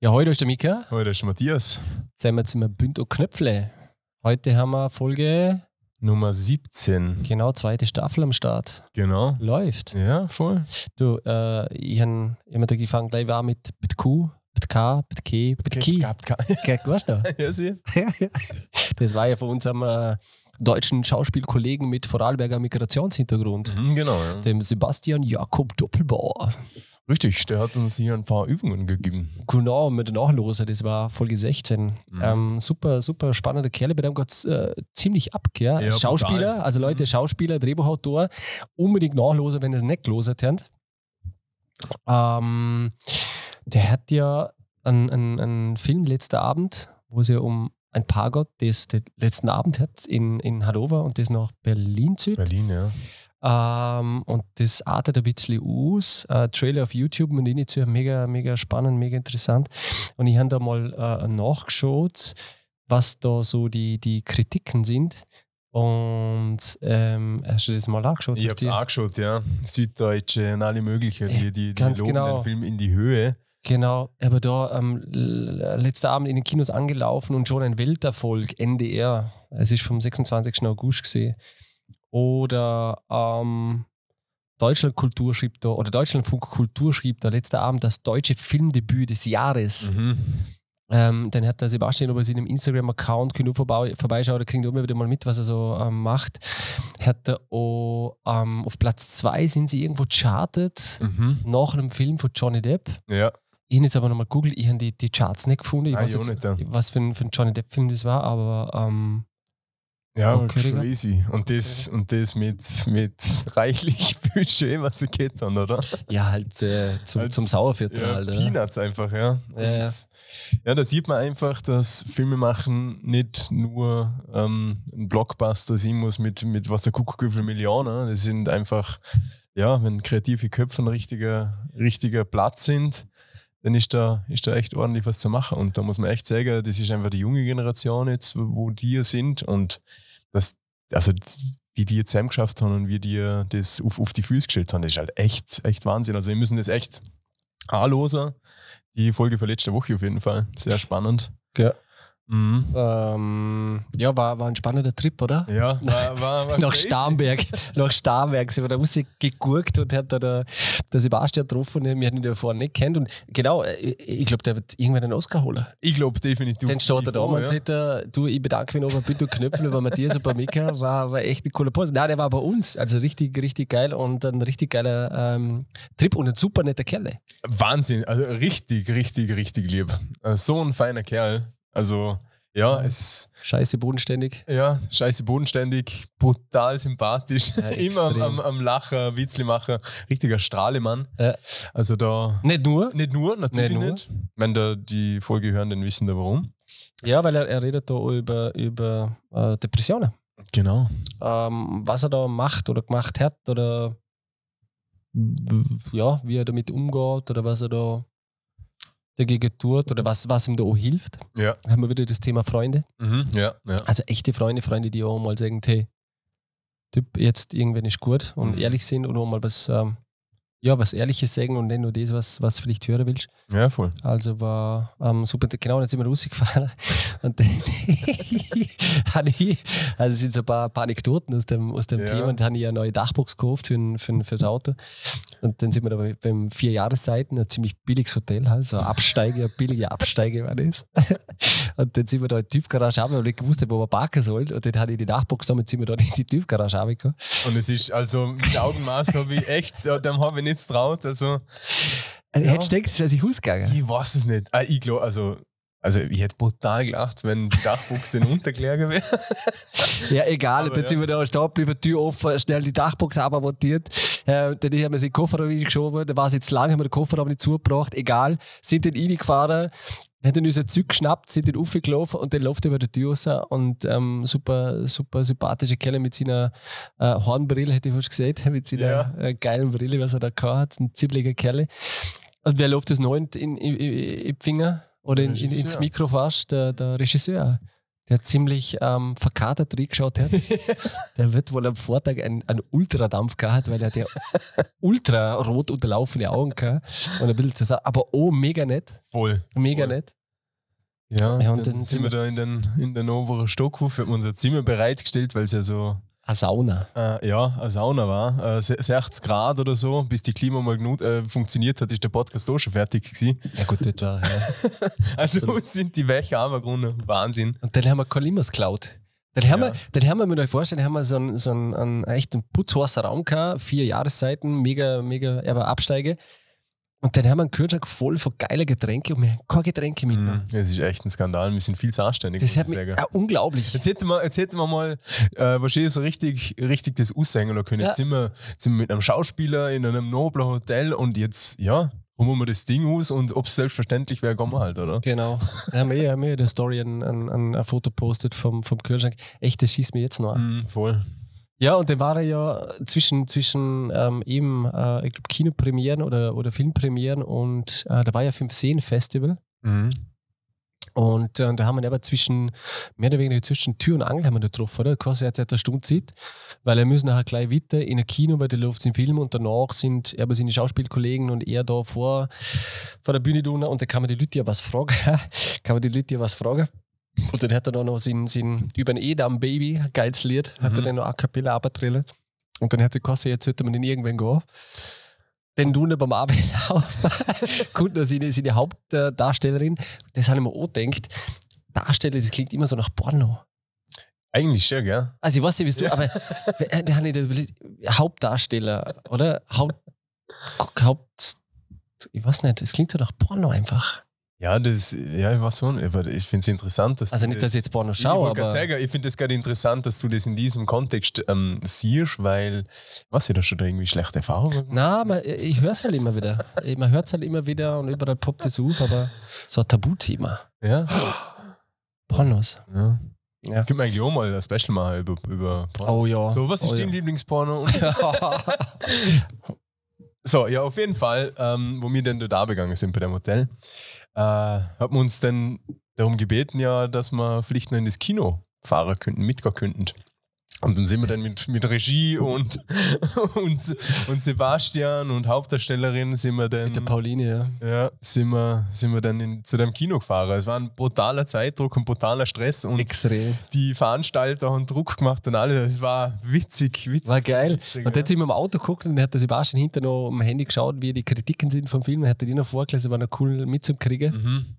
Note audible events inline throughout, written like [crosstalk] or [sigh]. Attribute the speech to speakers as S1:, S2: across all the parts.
S1: Ja, heute ist der Mika.
S2: Hallo, das ist Matthias.
S1: Zusammen zum Bündo Knöpfle. Heute haben wir Folge,
S2: Nummer 17.
S1: genau, zweite Staffel am Start.
S2: Genau.
S1: Läuft.
S2: Ja, voll.
S1: Du, äh, ich habe immer da gefangen, gleich war mit mit Q, mit K, mit K, mit Ki.
S2: Gehabt, gehabt.
S1: Gell, Weißt du? noch?
S2: [laughs] Ja, sie.
S1: Das war ja von unserem äh, deutschen Schauspielkollegen mit Vorarlberger Migrationshintergrund.
S2: Mhm, genau. Ja.
S1: Dem Sebastian Jakob Doppelbauer.
S2: Richtig, der hat uns hier ein paar Übungen gegeben.
S1: Genau, mit den Nachloser, das war Folge 16.
S2: Mhm.
S1: Ähm, super, super spannender Kerl, bei dem geht es äh, ziemlich ab. Gell?
S2: Ja,
S1: Schauspieler,
S2: brutal. Mhm.
S1: also Leute, Schauspieler, Drehbuchautor, unbedingt nachlosen, wenn ihr es nicht gelesen habt. Ähm, der hat ja einen, einen, einen Film letzter Abend, wo es ja um ein Paar geht, das den letzten Abend hat in, in Hannover und das nach Berlin zieht.
S2: Berlin, ja.
S1: Ähm, und das artet ein bisschen aus. Äh, Trailer auf YouTube und ich zu mega, mega spannend, mega interessant. Und ich habe da mal äh, nachgeschaut, was da so die, die Kritiken sind. Und ähm, hast du das mal angeschaut?
S2: Ich
S1: was
S2: hab's
S1: die-
S2: angeschaut, ja. Süddeutsche und alle möglichen, die, die, die
S1: Ganz
S2: loben
S1: genau.
S2: den Film in die Höhe.
S1: Genau, aber da ähm, l- letzter Abend in den Kinos angelaufen und schon ein Welterfolg, NDR. Es ist vom 26. August gesehen. Oder ähm, Deutschland Kultur schrieb da, oder Deutschlandfunk Kultur schrieb da letzter Abend das deutsche Filmdebüt des Jahres.
S2: Mhm.
S1: Ähm, dann hat der Sebastian über seinem Instagram-Account, könnt ihr vorbe vorbeischauen, da kriegt ihr immer wieder mal mit, was er so ähm, macht. Hat er auch, ähm, auf Platz 2 sind sie irgendwo chartet,
S2: Mhm.
S1: nach einem Film von Johnny Depp.
S2: Ja,
S1: Ich habe jetzt aber nochmal googelt, ich habe die, die Charts nicht gefunden. Ich
S2: Ah,
S1: weiß
S2: ich auch
S1: jetzt,
S2: nicht. Ja,
S1: was für ein, für ein Johnny Depp-Film das war, aber ähm,
S2: ja
S1: Okay, Digga.
S2: crazy. Und das, und das mit, mit [laughs] reichlich Budget, was sie geht dann, oder?
S1: ja, halt äh, zum,
S2: Als-
S1: zum Sauerviertel
S2: Ja,
S1: halt. oder?
S2: Peanuts einfach, ja. Und,
S1: Ja, ja.
S2: ja, da sieht man einfach, dass Filme machen nicht nur ähm, ein Blockbuster sein muss mit, mit was der Kuckuck wie viel Millionen. Das sind einfach, ja, wenn kreative Köpfe ein richtiger, richtiger Platz sind, dann ist da, ist da echt ordentlich was zu machen. Und da muss man echt sagen, das ist einfach die junge Generation jetzt, wo die hier sind und das, also wie die jetzt heimgeschafft haben und wie die das auf, auf die Füße gestellt haben, das ist halt echt, echt Wahnsinn. Also wir müssen das echt A-Loser. Die Folge für letzte Woche auf jeden Fall. Sehr spannend.
S1: Ja.
S2: Mhm.
S1: Ähm, ja, war, war ein spannender Trip, oder?
S2: Ja, war,
S1: [laughs]
S2: war, war
S1: Nach
S2: crazy.
S1: Starnberg, nach Starnberg sind wir da rausgeguckt und hat da der, der Sebastian getroffen, wir haben ihn davor nicht kennt. Und genau, äh, ich glaube, der wird irgendwann einen Oscar holen.
S2: Ich glaube definitiv.
S1: Dann steht er da
S2: vor,
S1: und sagt, er, du, ich bedanke mich noch bei Bündo Knöpfel, über Matthias und bei Mika. War, war echt eine coole Pause. Nein, der war bei uns. Also richtig, richtig geil und ein richtig geiler ähm, Trip und ein super netter Kerle.
S2: Wahnsinn, also richtig, richtig, richtig lieb. Äh, So ein feiner Kerl. Also, ja, es
S1: Scheiße bodenständig.
S2: ja, scheiße bodenständig, brutal sympathisch, [laughs]
S1: Ja,
S2: immer am,
S1: extrem.
S2: am, am Lacher, Witzlimacher, richtiger Strahlemann.
S1: Ja.
S2: Also da
S1: Nicht nur.
S2: nicht nur, natürlich
S1: Nicht
S2: nicht.
S1: nur.
S2: Wenn da die Folge hören, dann wissen da warum.
S1: Ja, weil er, er redet da über, über äh, Depressionen.
S2: Genau.
S1: Ähm, was er da macht oder gemacht hat oder ja, wie er damit umgeht oder was er da dagegen tut oder was, was ihm da auch hilft.
S2: Ja.
S1: Haben wir wieder das Thema Freunde.
S2: Mhm. Ja, ja.
S1: Also echte Freunde, Freunde, die auch mal sagen, hey, Typ, jetzt irgendwann ist gut und
S2: Mhm.
S1: ehrlich sind oder auch mal was, ähm, ja, was Ehrliches sagen und nicht nur das, was, was vielleicht hören willst.
S2: Ja, voll.
S1: Also war ähm, super, genau, dann sind wir rausgefahren [laughs] und dann habe ich, also es sind so ein paar, paar Anekdoten aus dem, aus dem
S2: Ja.
S1: Thema und dann habe ich eine neue Dachbox gekauft für, ein- für, ein- fürs Auto und dann sind wir da bei- beim Vierjahresseiten, ein ziemlich billiges Hotel halt, so ein Absteiger, billige Absteiger war das [laughs] und dann sind wir da in die Tiefgarage runter, weil ich nicht gewusst habe, wo wir parken sollen und dann hatte ich die Dachbox, damit sind wir da in die Tiefgarage runtergekommen.
S2: Und es ist, also mit Augenmaß habe ich echt, äh, dem habe ich nicht traut. Also,
S1: Also
S2: Ja.
S1: hättest du gedacht, es wäre sich ausgegangen.
S2: ich weiß es nicht. Ah, ich glaube, also, also ich hätte brutal gelacht, wenn die Dachwuchs den untergelegen wäre.
S1: Ja, egal.
S2: Aber
S1: dann
S2: ja.
S1: sind wir da stehen geblieben, Tür offen, schnell die Dachbox abmontiert. Äh, dann haben wir sie in den Kofferraum reingeschoben. Dann war es jetzt lang, haben wir den Kofferraum nicht zugebracht. Egal. Sind dann reingefahren, haben dann unser Zeug geschnappt, sind dann aufgelaufen und dann läuft er über die Tür raus. Und ähm, super, super sympathischer Kerl mit seiner äh, Hornbrille, hätte ich fast gesagt, [laughs] mit seiner äh, geilen Brille, was er da gehabt hat. Ein ziemlicher Kerl. Und wer läuft das noch in, in, in, in, in die Finger? Oder
S2: Der
S1: in, in,
S2: Regisseur.
S1: ins Mikro fast? Der, der Regisseur. der ziemlich ähm, verkatert reingeschaut [laughs] hat. der wird wohl am Vortag einen, einen Ultradampf gehabt, weil er [laughs] der ultra rot unterlaufene Augen gehabt und ein bisschen zusammen. Aber oh, mega nett.
S2: Voll.
S1: Mega
S2: Voll.
S1: nett.
S2: Ja,
S1: Ja, und
S2: dann,
S1: dann
S2: sind wir da in den, in den oberen Stockhof, haben wir unser Zimmer bereitgestellt, weil es ja so,
S1: Eine Sauna.
S2: äh, ja, eine Sauna war. Äh, se- 60 Grad oder so, bis die Klima mal genug äh, funktioniert hat, ist der Podcast auch schon fertig gewesen.
S1: Ja gut, dort war. Ja.
S2: Also
S1: Absolut.
S2: [laughs] sind die Wächer auch mal gewonnen. Wahnsinn.
S1: Und dann haben wir Kalimas geklaut. Dann haben,
S2: Ja.
S1: wir, dann haben wir, mit euch vorstellen, haben wir so einen, so einen, einen echten Putzhorster Raum gehabt, vier Jahreszeiten, mega, mega, er war Absteige. Und dann haben wir einen Kühlschrank voll von geilen Getränke und wir haben keine Getränke mitgenommen.
S2: Mhm. Es ist echt ein Skandal. Wir sind viel zu anständig.
S1: Das
S2: muss
S1: hat
S2: ich
S1: mich
S2: sagen.
S1: ja, unglaublich.
S2: Jetzt hätten wir, jetzt hätten wir mal äh, wahrscheinlich so richtig, richtig das aussehen lassen können. Jetzt
S1: Ja.
S2: sind wir, sind wir mit einem Schauspieler in einem noblen Hotel und jetzt, ja, holen wir das Ding aus und ob es selbstverständlich wäre, kommen wir halt, oder?
S1: Genau. Da haben wir eh, haben wir eh in der Story ein, ein, ein, ein Foto postet vom, vom Kühlschrank. Echt, das schießt mir jetzt noch an.
S2: Mhm, voll.
S1: Ja, und dann war er ja zwischen, zwischen ähm, eben, äh, ich glaube, Kinopremieren oder, oder Filmpremieren und äh, da war ja 5-Seen-Festival. Und äh, da haben wir aber zwischen, mehr oder weniger zwischen Tür und Angel haben wir da getroffen, oder? Kostet jetzt eine Stunde Zeit, weil wir müssen nachher gleich weiter in ein Kino, weil der läuft den Film und danach sind aber seine Schauspielkollegen und er da vor, vor der Bühne drunter und da kann man die Leute ja was fragen. [laughs] kann man die Leute ja was fragen. Und dann hat er da noch sein, sein über ein Edam Baby, geiles Lied, hat er
S2: Mhm.
S1: dann noch A Cappella abgetrillt. Und dann hat sie gesagt, jetzt sollte man den irgendwann gehen. Dann tun er beim Arbeiten [laughs] auf. Kunden, seine, seine Hauptdarstellerin, das habe ich mir auch gedacht, Darsteller, das klingt immer so nach Porno.
S2: Eigentlich schon, gell?
S1: Also ich weiß nicht, wieso,
S2: Ja.
S1: aber äh, wer- da habe ich da überlegt, Hauptdarsteller, oder? Haupt, Haupt, ich weiß nicht, es klingt so nach Porno einfach.
S2: Ja, das, ja, ich weiß schon, aber ich finde es interessant, dass
S1: Also
S2: du
S1: nicht, dass ich jetzt Porno
S2: ich
S1: schaue,
S2: wollte gerade
S1: aber...
S2: sagen, ich finde es gerade interessant, dass du das in diesem Kontext ähm, siehst, weil, was ich da schon da irgendwie schlechte Erfahrungen gemacht?
S1: Na, man, ich höre es halt immer wieder. Man hört es halt immer wieder und überall poppt es auf, aber so ein Tabuthema.
S2: Ja.
S1: Pornos.
S2: ja.
S1: Ja.
S2: Ich könnte mir eigentlich auch mal ein Special machen über, über Pornos.
S1: Oh ja.
S2: So, was ist
S1: oh,
S2: dein Lieblingsporno? Und [laughs]
S1: ja.
S2: so, ja, auf jeden Fall, ähm, wo wir denn da begangen sind bei dem Hotel, äh, haben wir uns dann darum gebeten, ja, dass wir vielleicht noch in das Kino fahren könnten, mitgehen könnten. Und dann sind wir dann mit, mit Regie und, [laughs] und, und Sebastian und Hauptdarstellerin sind wir dann
S1: Mit [laughs] der Pauline, ja.
S2: ja, sind wir, sind wir dann in, zu dem Kino gefahren. Es war ein brutaler Zeitdruck und brutaler Stress und
S1: Extrem.
S2: die Veranstalter haben Druck gemacht und alles. Es war witzig, witzig.
S1: War geil.
S2: witzig,
S1: Und dann sind wir im Auto geguckt und dann hat der Sebastian hinter noch am Handy geschaut, wie die Kritiken sind vom Film. Er hat die noch vorgelesen, war noch cool mitzukriegen.
S2: ja. Mhm.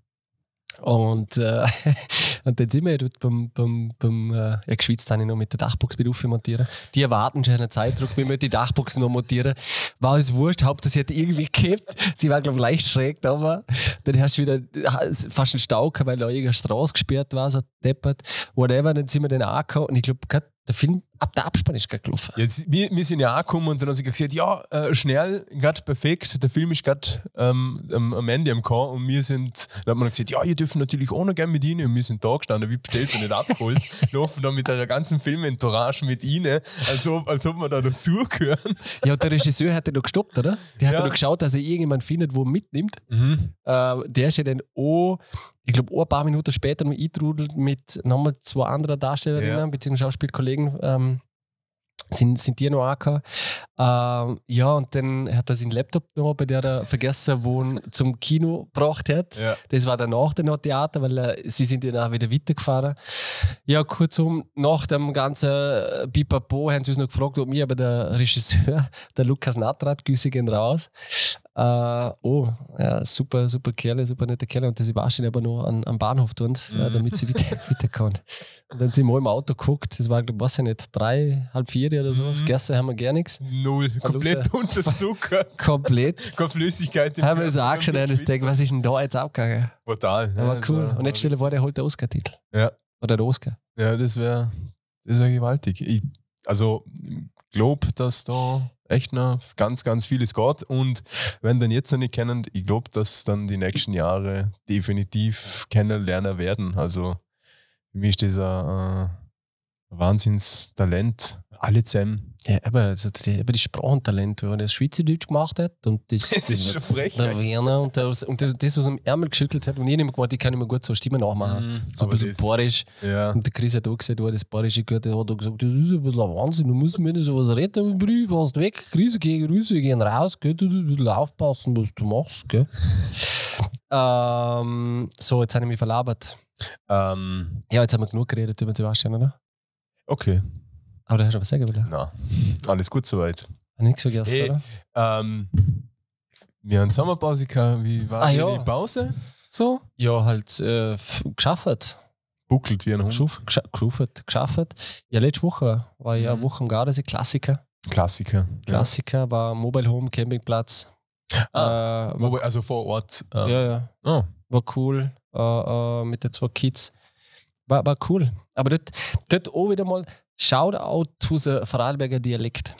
S1: Und, äh, [laughs] und dann sind wir ja dort beim, beim, beim äh, ja, geschwitzt habe ich noch mit der Dachbox mit montieren. Die erwarten schon einen Zeitdruck, wir müssen die Dachbox noch montieren. War alles wurscht, Hauptsache sie hat irgendwie gekippt. Sie war, glaube ich, leicht schräg, aber dann hast du wieder äh, fast einen Stau gehabt, weil da irgendeine Straße gesperrt war, so deppert. Whatever, dann sind wir dann angekommen und ich glaube, der Film, ab der Abspann ist gerade gelaufen.
S2: Jetzt, wir, wir sind ja angekommen und dann haben sie gesagt, ja, äh, schnell, gerade perfekt, der Film ist gerade ähm, am, am Ende am K und wir sind, da hat man gesagt, ja, ihr dürft natürlich auch noch gerne mit ihnen und wir sind da gestanden, wie bestellt und
S1: [laughs]
S2: nicht abgeholt, laufen dann mit der ganzen Filmentourage mit ihnen, als ob, als ob wir da dazugehören.
S1: Ja, und der Regisseur hat ja noch gestoppt, oder? Der hat ja.
S2: Ja.
S1: noch geschaut, dass er irgendjemand findet, wo er mitnimmt. Äh, der ist ja dann auch, ich glaube, ein paar Minuten später noch eintrudelt mit nochmal zwei anderen Darstellerinnen
S2: Ja.
S1: bzw. Schauspielkollegen. Ähm, sind, sind die noch angekommen. Ähm, ja, und dann hat er seinen Laptop noch, bei der er vergessen, wo ihn zum Kino gebracht hat.
S2: Ja.
S1: Das war danach dann noch Theater, weil äh, sie sind ja dann auch wieder weitergefahren. Ja, kurzum, nach dem ganzen äh, Pipapo haben sie uns noch gefragt, ob mir aber der Regisseur, [laughs] der Lukas Natrat, Güsse gehen raus. Äh, oh, ja, super, super Kerle, super nette Kerle. Und das Sebastian aber nur an, am Bahnhof tun, ja,
S2: Mhm.
S1: damit [laughs] sie weiter, weiter kann. Und dann sind wir im Auto geguckt, das war, glaub, weiß ich nicht, drei, halb vier oder sowas.
S2: Mhm.
S1: Gestern haben wir gar nichts.
S2: Null, komplett unter Zucker, [laughs]
S1: Komplett.
S2: keine Flüssigkeit. im
S1: haben wir so
S2: Körper,
S1: angeschaut, haben uns gedacht, was ist denn da jetzt abgegangen?
S2: Brutal. ne?
S1: Aber
S2: Also,
S1: cool. Und jetzt stell dir vor, der holt den Oscar-Titel.
S2: Ja.
S1: Oder den Oscar.
S2: Ja, das wäre das wär gewaltig. Ich, also, ich glaube, dass da echt noch ganz, ganz vieles geht. Und wenn dann jetzt noch nicht kennen, ich glaube, dass dann die nächsten Jahre definitiv kennenlernen werden. Also, für mich ist das ein, äh, Wahnsinnstalent. Alle zusammen.
S1: Ja, eben, also die, eben die Sprachentalente, die das Schweizerdeutsch gemacht hat
S2: [laughs]
S1: und das,
S2: Das ist schon frech.
S1: der Werner und, der, aus- und der, das aus dem Ärmel geschüttelt hat und ich nicht mehr gemacht, die kann ich mir gut so Stimmen nachmachen.
S2: Mhm,
S1: So ein
S2: aber
S1: bisschen
S2: das- Ah.
S1: bohrisch.
S2: Ja.
S1: Und der Chris hat auch gesagt, du das bayerische gehört, der hat auch gesagt, das ist ein bisschen ein Wahnsinn, du musst mir nicht sowas retten im Brief, hast weg, Krise gegen Rüse, gehen raus, gell, du musst ein bisschen aufpassen, was du machst.
S2: [laughs]
S1: Gell. ähm, so, jetzt habe ich mich verlabert.
S2: Ähm,
S1: Ja, jetzt haben wir genug geredet über Sebastian, oder?
S2: okay,
S1: Aber da hast du was sagen wollen.
S2: na, alles gut soweit.
S1: Hab nichts vergessen,
S2: Hey,
S1: oder?
S2: Ähm, wir haben Sommerpause gehabt. Wie war
S1: Ah,
S2: die
S1: ja.
S2: Pause? So?
S1: Ja, halt äh, f- geschafft.
S2: Buckelt wie ein Hund.
S1: Geschuf- gescha- Geschafft, geschafft. Ja, letzte Woche war ja eine
S2: Mhm.
S1: Woche am Gardasee, Klassiker.
S2: Klassiker.
S1: Klassiker war Mobile Home Campingplatz. Äh,
S2: Ja.
S1: war,
S2: Wobei, also vor Ort. Äh,
S1: ja, ja.
S2: Oh,
S1: war cool äh, äh, mit den zwei Kids. War, war cool. Aber dort, dort auch wieder mal Shoutout zu den Vorarlberger Dialekt.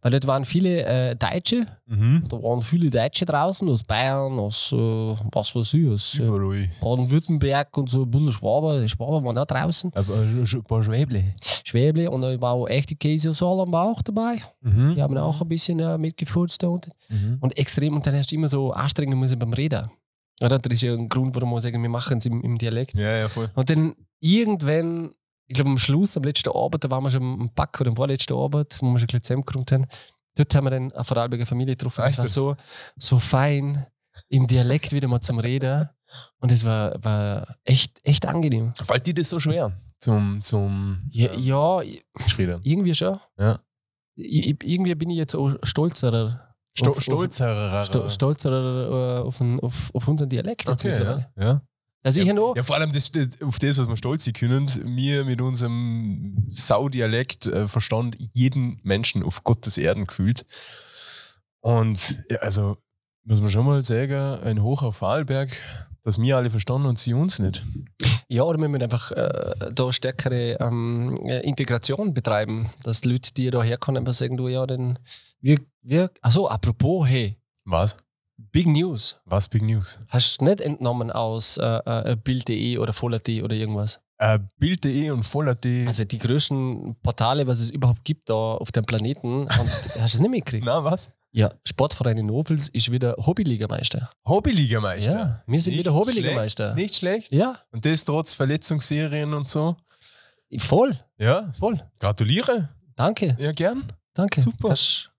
S1: Weil dort waren viele äh, Deutsche,
S2: mhm.
S1: da waren viele Deutsche draußen aus Bayern, aus äh, was weiß ich, aus äh,
S2: Überall.
S1: Baden-Württemberg und so ein bisschen Schwaber. Die Schwaber waren auch draußen.
S2: Aber ein paar Schwäble.
S1: Schwäble und da war auch echte Käse aus Holland war auch dabei.
S2: Mhm.
S1: Die haben auch ein bisschen äh, mitgefurzt da unten.
S2: Mhm.
S1: Und extrem, und dann hast du immer so anstrengen müssen beim Reden. Oder? Das ist ja ein Grund, warum wir sagen, wir machen es im, im Dialekt.
S2: Ja, ja, voll.
S1: Und dann irgendwann, ich glaube am Schluss, am letzten Abend, da waren wir schon am Back oder am vorletzten Abend, wo wir schon ein bisschen zusammengekommen haben, dort haben wir dann eine Vorarlberger Familie getroffen. Das
S2: Echt?
S1: war so, so fein, im Dialekt wieder mal zum Reden. Und es war, war echt, echt angenehm.
S2: Fällt dir das so schwer? Zum, zum,
S1: Ja,
S2: äh,
S1: ja,
S2: zum Schreien.
S1: irgendwie schon.
S2: Ja.
S1: Ich, ich- irgendwie bin ich jetzt auch stolzerer.
S2: Sto
S1: auf- auf-
S2: Stolzerer.
S1: Sto stolzerer äh, auf, den- auf, auf unseren Dialekt jetzt
S2: Okay,
S1: mittlerweile.
S2: ja. ja.
S1: Also ich ja, noch,
S2: Ja, vor allem das, steht auf das, was wir stolz sein können. Wir mit unserem Sau-Dialekt äh, verstand jeden Menschen auf Gottes Erden gefühlt. Und ja, also muss man schon mal sagen, ein Hoch auf Vorarlberg, dass wir alle verstanden und sie uns nicht.
S1: Ja, oder wir müssen einfach äh, da stärkere ähm, äh, Integration betreiben, dass die Leute, die da herkommen, einfach sagen, du, ja, dann wir, wir. Achso, apropos, hey,
S2: Was?
S1: Big News.
S2: Was Big News?
S1: Hast du nicht entnommen aus äh, äh, Bild.de oder Voller.de oder irgendwas?
S2: Äh, Bild.de und Voller.de.
S1: Also die größten Portale, was es überhaupt gibt da auf dem Planeten, und [laughs] hast du es nicht mitgekriegt?
S2: Na, was?
S1: Ja, Sportverein in Novels ist wieder Hobbyligameister.
S2: Hobbyligameister.
S1: Ja, wir sind
S2: Nicht
S1: wieder Hobbyligameister.
S2: schlecht, Nicht schlecht.
S1: Ja,
S2: Und das trotz Verletzungsserien und so.
S1: voll,
S2: Ja,
S1: voll.
S2: gratuliere.
S1: Danke,
S2: Ja, gern.
S1: danke.
S2: Super.
S1: Kannst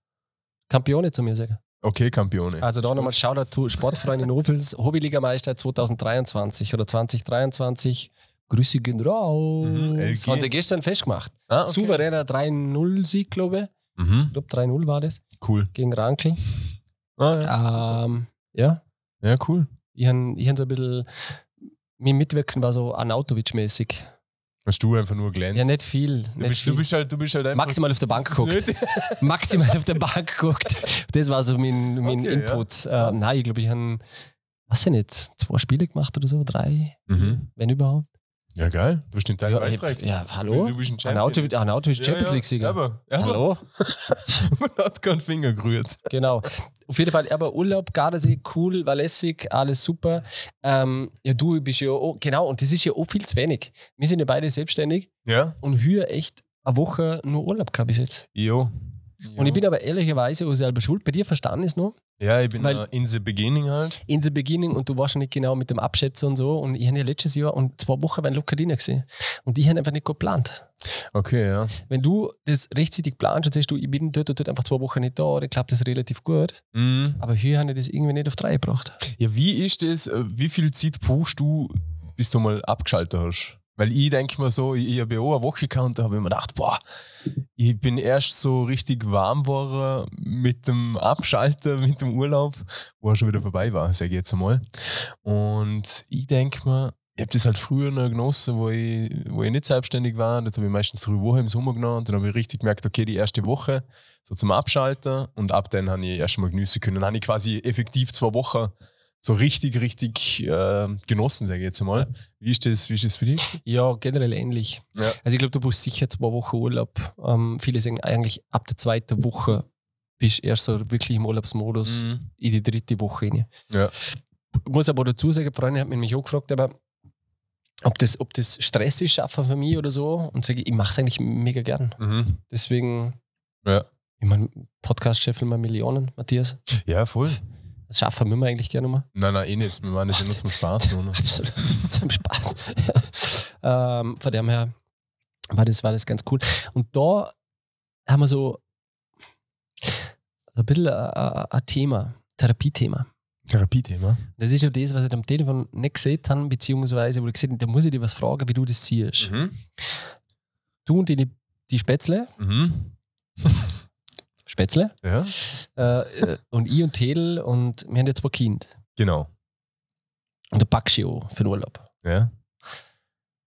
S1: Campione zu mir sagen.
S2: Okay, Kampione.
S1: Also da nochmal Shoutout zu Sportfreunde
S2: [laughs]
S1: Novels, Hobbyligameister 2023 oder 2023. Grüße gehen raus.
S2: Mhm, LG.
S1: Haben sie gestern festgemacht.
S2: Ah,
S1: Souveräner 3-0-Sieg, glaube ich. Ich
S2: Mhm,
S1: glaube 3-0 war das
S2: cool.
S1: gegen Rankel.
S2: Ah, ja.
S1: Ähm, ja,
S2: Ja, cool.
S1: ich habe ich hab so ein bisschen, mir mitwirken war so Anautovic-mäßig.
S2: Hast du einfach nur glänzt.
S1: Ja, nicht viel.
S2: Du
S1: Nicht
S2: bist, du
S1: viel.
S2: bist halt, du bist halt einfach.
S1: Maximal auf der Bank geguckt. [laughs] maximal auf der Bank geguckt. Das war so mein, mein
S2: Okay,
S1: Input.
S2: ja.
S1: Ähm, nein, ich glaube, ich habe, weiß ich nicht, zwei Spiele gemacht oder so, drei,
S2: Mhm.
S1: wenn überhaupt.
S2: Ja, geil. Du bist den Tag
S1: Ja,
S2: ja,
S1: ich- ja, hallo?
S2: Du bist ein Champion.
S1: Arnauto wird Arnauto ist Champions
S2: Ja,
S1: League-Sieger.
S2: aber, ja, aber
S1: Hallo?
S2: [laughs] man hat keinen Finger gerührt.
S1: Genau. Auf jeden Fall, aber Urlaub, Gardasee, cool, war lässig, alles super. Ähm, ja, du bist ja auch, genau, und das ist ja auch viel zu wenig. Wir sind ja beide selbstständig
S2: Ja?
S1: und hier echt eine Woche nur Urlaub gehabt bis jetzt.
S2: Jo.
S1: Und ich bin aber ehrlicherweise auch selber schuld. Bei dir verstanden ist noch.
S2: Ja, ich bin
S1: weil-
S2: äh, in the beginning halt.
S1: in the beginning und du warst ja nicht genau mit dem Abschätzen und so. Und ich habe ja letztes Jahr und zwei Wochen bei Lokadina gesehen. Und ich habe einfach nicht geplant.
S2: Okay, ja.
S1: Wenn du das rechtzeitig planst und sagst, du, ich bin dort und dort einfach zwei Wochen nicht da, dann klappt das relativ gut.
S2: Mhm.
S1: Aber hier habe ich das irgendwie nicht auf drei gebracht.
S2: Ja, wie ist das? äh, Wie viel Zeit brauchst du, bis du mal abgeschaltet hast? Weil ich denke mir so, ich, ich habe ja auch eine Woche gehabt und da habe ich mir gedacht, boah, ich bin erst so richtig warm geworden mit dem Abschalten, [laughs] mit dem Urlaub, wo er schon wieder vorbei war, sage ich jetzt einmal. Und ich denke mir, ich habe das halt früher noch genossen, wo ich, wo ich nicht selbstständig war. Jetzt habe ich meistens drei Wochen im Sommer genommen und dann habe ich richtig gemerkt, okay, die erste Woche so zum Abschalten und ab dann habe ich erst mal geniessen können. Dann habe ich quasi effektiv zwei Wochen so richtig, richtig äh, genossen, sage ich jetzt einmal. Wie ist das, wie ist das für dich?
S1: Ja, generell ähnlich.
S2: Ja.
S1: Also ich glaube, du brauchst sicher zwei Wochen Urlaub. Ähm, viele sagen eigentlich ab der zweiten Woche bist du erst so wirklich im
S2: Mhm.
S1: Urlaubsmodus in die dritte Woche rein.
S2: Ja.
S1: Muss aber dazu sagen, Freunde hat mich nämlich auch gefragt, aber ob das, ob das Stress ist schaffen für mich oder so und sage, ich mache es eigentlich mega gern.
S2: Mhm.
S1: Deswegen,
S2: Ja.
S1: ich meine, Podcast scheffeln wir Millionen, Matthias.
S2: ja, voll.
S1: Das schaffen wir immer eigentlich gerne mal.
S2: Nein, nein, eh nicht. Wir machen das ja nur zum Spaß. Nur, ne?
S1: Absolut. [laughs] Zum Spaß. [laughs] ähm, von dem her war das, war das ganz cool. Und da haben wir so ein bisschen äh, äh, ein Thema, Therapiethema.
S2: Therapiethema.
S1: Das ist ja das, was ich am Telefon nicht gesehen habe, beziehungsweise, wo ich gesehen habe, da muss ich dir was fragen, wie du das siehst.
S2: Mhm.
S1: Du und die, die Spätzle,
S2: Mhm. [laughs]
S1: Spätzle,
S2: Ja,
S1: äh, äh, und ich und Tedel und wir haben jetzt zwei Kinder.
S2: genau.
S1: Und der packst du auch für den Urlaub.
S2: Ja.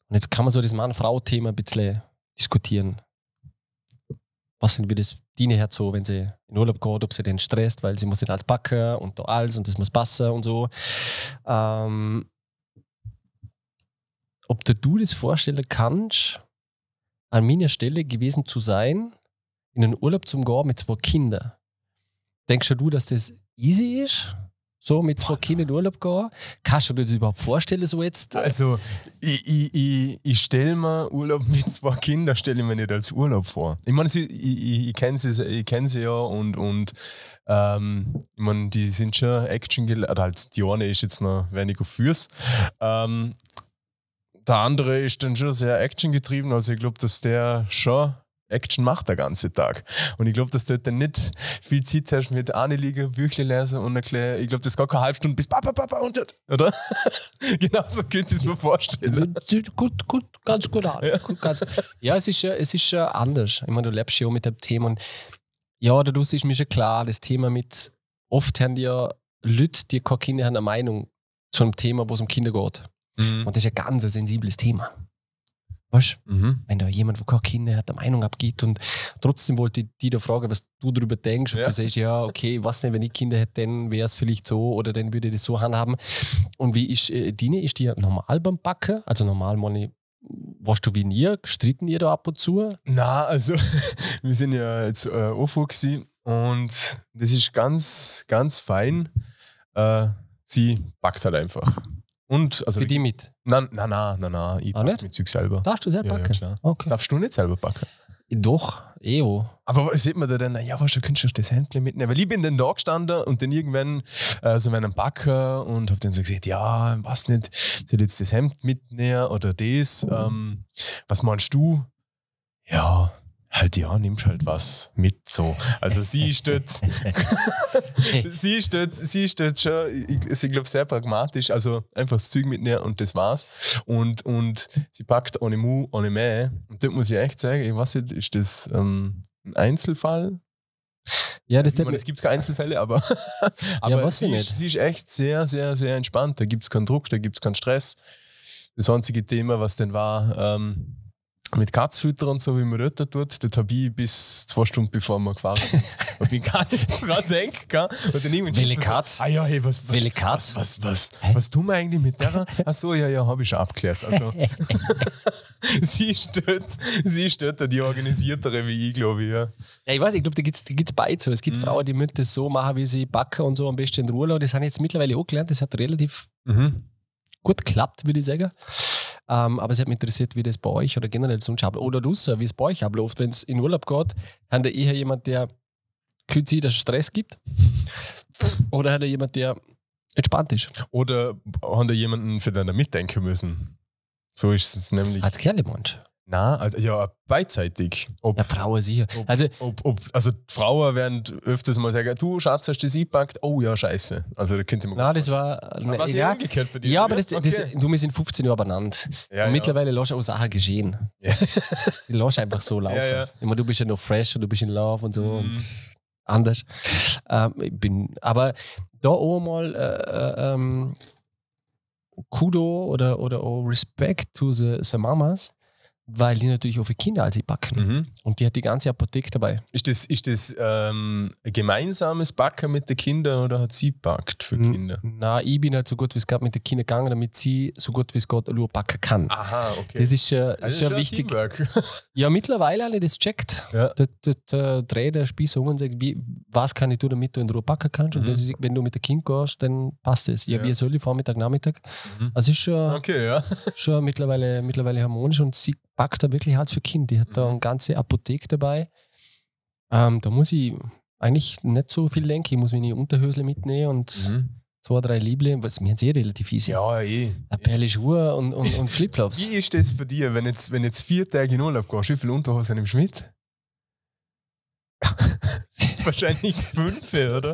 S1: Und jetzt kann man so das Mann-Frau-Thema ein bisschen diskutieren. Was sind wie das Dine hat so, wenn sie in Urlaub geht, ob sie den stresst, weil sie muss den halt packen und da alles und das muss passen und so. Ähm, ob du dir das vorstellen kannst, an meiner Stelle gewesen zu sein, in einen Urlaub zum gehen mit zwei Kindern. Denkst du, dass das easy ist? So mit zwei Kindern in Urlaub gehen? Kannst du dir das überhaupt vorstellen, so jetzt?
S2: Also, ich, ich, ich, ich stelle mir Urlaub [laughs] mit zwei Kindern, stelle ich mir nicht als Urlaub vor. Ich meine, sie- ich, ich, ich kenne sie, ich kenn sie ja und, und ähm, ich meine, die sind schon Action geladen. Halt, die eine ist jetzt noch weniger fürs. Ähm, der andere ist dann schon sehr actiongetrieben, also ich glaube, dass der schon Action macht der ganze Tag. Und ich glaube, dass du halt dann nicht viel Zeit hast mit Anliegen, Büchle lesen und erklären. Ich glaube, das ist gar keine halbe Stunde bis Papa, Papa und dort, oder? [laughs] genau so könnte ich es mir vorstellen.
S1: Gut, gut, ganz gut an. Ja, gut, ganz, ja es ist ja es ist ja anders. Ich meine, du lebst ja auch mit dem Thema. Und ja, daraus ist mir schon klar, das Thema mit, oft haben die ja Leute, die keine Kinder haben, eine Meinung zu einem Thema, wo es um Kinder geht. Und das ist ein ganz sensibles Thema. Weißt du,
S2: Mhm.
S1: wenn da jemand, der keine Kinder hat, eine Meinung abgibt und trotzdem wollte ich die da fragen, was du darüber denkst, ob
S2: Ja.
S1: du sagst, ja, okay, was denn, wenn ich Kinder hätte, dann wäre es vielleicht so oder dann würde ich das so handhaben. Und wie ist äh, Dine? Ist die normal beim Backen? Also normal, meine ich, warst du wie nie? Stritten ihr da ab und zu?
S2: Na, also [laughs] wir sind ja jetzt äh, UFO gewesen und das ist ganz, ganz fein. Äh, sie backt halt einfach. Und, also,
S1: Für die mit?
S2: nein, nein, nein, nein, nein, ich
S1: Ah,
S2: back
S1: nicht?
S2: mit Zeug selber.
S1: Darfst du selber
S2: Ja, ja,
S1: backen?
S2: klar.
S1: okay.
S2: Darfst du nicht selber backen?
S1: Doch, eh auch.
S2: Aber sieht man da dann, ja, was, du könntest doch das Händchen mitnehmen. Weil ich bin dann da gestanden und dann irgendwann äh, so meinem Backer und habe dann so gesagt, ja, was nicht, soll ich jetzt das Hemd mitnehmen oder das? Ähm, was meinst du? Ja, halt ja, nimmst halt was mit so. Also sie ist dort, sie ist dort, sie ist dort schon, ich, ich, ich glaube, sehr pragmatisch. Also einfach das Zeug mitnehmen und das war's. Und, und sie packt ohne Mu, ohne Mäh. Und dort muss ich echt sagen, ich weiß nicht, ist das ähm, ein Einzelfall?
S1: [laughs] Ja, das
S2: Ich meine, es gibt keine Einzelfälle, aber, [laughs] aber
S1: weiß
S2: sie,
S1: ich
S2: ist,
S1: nicht.
S2: sie ist echt sehr, sehr, sehr entspannt. Da gibt es keinen Druck, da gibt es keinen Stress. Das einzige Thema, was denn war, ähm, mit Katzfütter und so, wie man Rötter tut, das habe ich bis zwei Stunden bevor wir gefahren [laughs] sind. Und ich gar nicht [laughs] dran denken kann. Und dann irgendwann
S1: Welche
S2: schießt man
S1: Katz?
S2: So, ah ja, hey, was, was,
S1: Welche Katz?
S2: was, was,
S1: Hä?
S2: was, was tun wir eigentlich mit
S1: [laughs]
S2: der? Ach so, ja, ja, habe ich schon abgeklärt. Also, sie stört, sie stört da die organisiertere wie ich, glaube ich. Ja.
S1: Ja, ich weiß, ich glaube, da gibt es gibt's beides. so. Es gibt
S2: Mhm.
S1: Frauen, die müssen das so machen, wie sie backen und so am besten in Ruhe lassen. Das haben jetzt mittlerweile auch gelernt. Das hat relativ
S2: Mhm.
S1: gut geklappt, würde ich sagen. Ähm, aber es hat mich interessiert, wie das bei euch oder generell sonst abläuft. Oder Russer, wie es bei euch abläuft. Wenn es in Urlaub geht, hat ihr eher jemand, der kürzlich dass es Stress gibt? Oder hat er jemand, der entspannt ist?
S2: Oder haben da jemanden für den da mitdenken müssen? So ist es nämlich.
S1: Als Kerle manch.
S2: Na, also ja, beidseitig. Ob,
S1: Ja, Frauen sicher.
S2: ob,
S1: Also,
S2: ob, ob, also die Frauen werden öfters mal sagen, du Schatz, hast du das eingepackt? Oh ja, scheiße. Also da könnte man
S1: na, das war.
S2: Aber was ja
S1: ja,
S2: umgekehrt bei dir.
S1: ja, aber das, das,
S2: Okay.
S1: du, wir sind 15 Jahre benannt.
S2: ja,
S1: und
S2: ja.
S1: mittlerweile lässt du auch Sachen geschehen.
S2: Ja.
S1: [laughs] Die lässt einfach so laufen.
S2: Ja, ja.
S1: Ich meine, du bist ja noch fresh und du bist in Love und so
S2: Mhm.
S1: und anders. Ähm, ich bin, aber da auch mal äh, äh, ähm, Kudo oder, oder auch Respect to the, the Mamas, weil die natürlich auch für Kinder als sie backen.
S2: Mhm.
S1: Und die hat die ganze Apotheke dabei.
S2: Ist das, ist das ähm, ein gemeinsames Backen mit den Kindern oder hat sie backt für
S1: N-
S2: Kinder?
S1: Na, ich bin halt so gut wie es geht mit den Kindern gegangen, damit sie so gut wie es geht nur backen kann.
S2: Aha, Ah, okay. Also
S1: Das ist, äh, das ist ja
S2: schon
S1: wichtig.
S2: Teamwork.
S1: [laughs] Ja, mittlerweile alle das checkt.
S2: Ja.
S1: Das, das äh, dreht der Spieß um und sagt, wie, was kann ich tun, damit du in Ruhe backen kannst? Und
S2: Mhm.
S1: das ist, wenn du mit dem Kind gehst, dann passt es. Ja,
S2: Ja.
S1: wie soll ich Vormittag, Nachmittag?
S2: Mhm.
S1: Also ist schon,
S2: Okay, ja.
S1: schon mittlerweile, mittlerweile harmonisch und sie backt da wirklich Herz für Kind. Die hat da
S2: Mhm.
S1: eine ganze Apotheke dabei. Ähm, da muss ich eigentlich nicht so viel denken. Ich muss meine Unterhösle mitnehmen und zwei, drei Liebling, was mir jetzt eh relativ easy.
S2: Mhm. Ja, eh.
S1: Eine Perle Schuhe und, und, und Flipflops.
S2: Wie ist das für dich, wenn jetzt, wenn jetzt vier Tage in Urlaub gehst? Wie viele Unterhosen nimmst du [laughs] mit? Wahrscheinlich fünf, oder?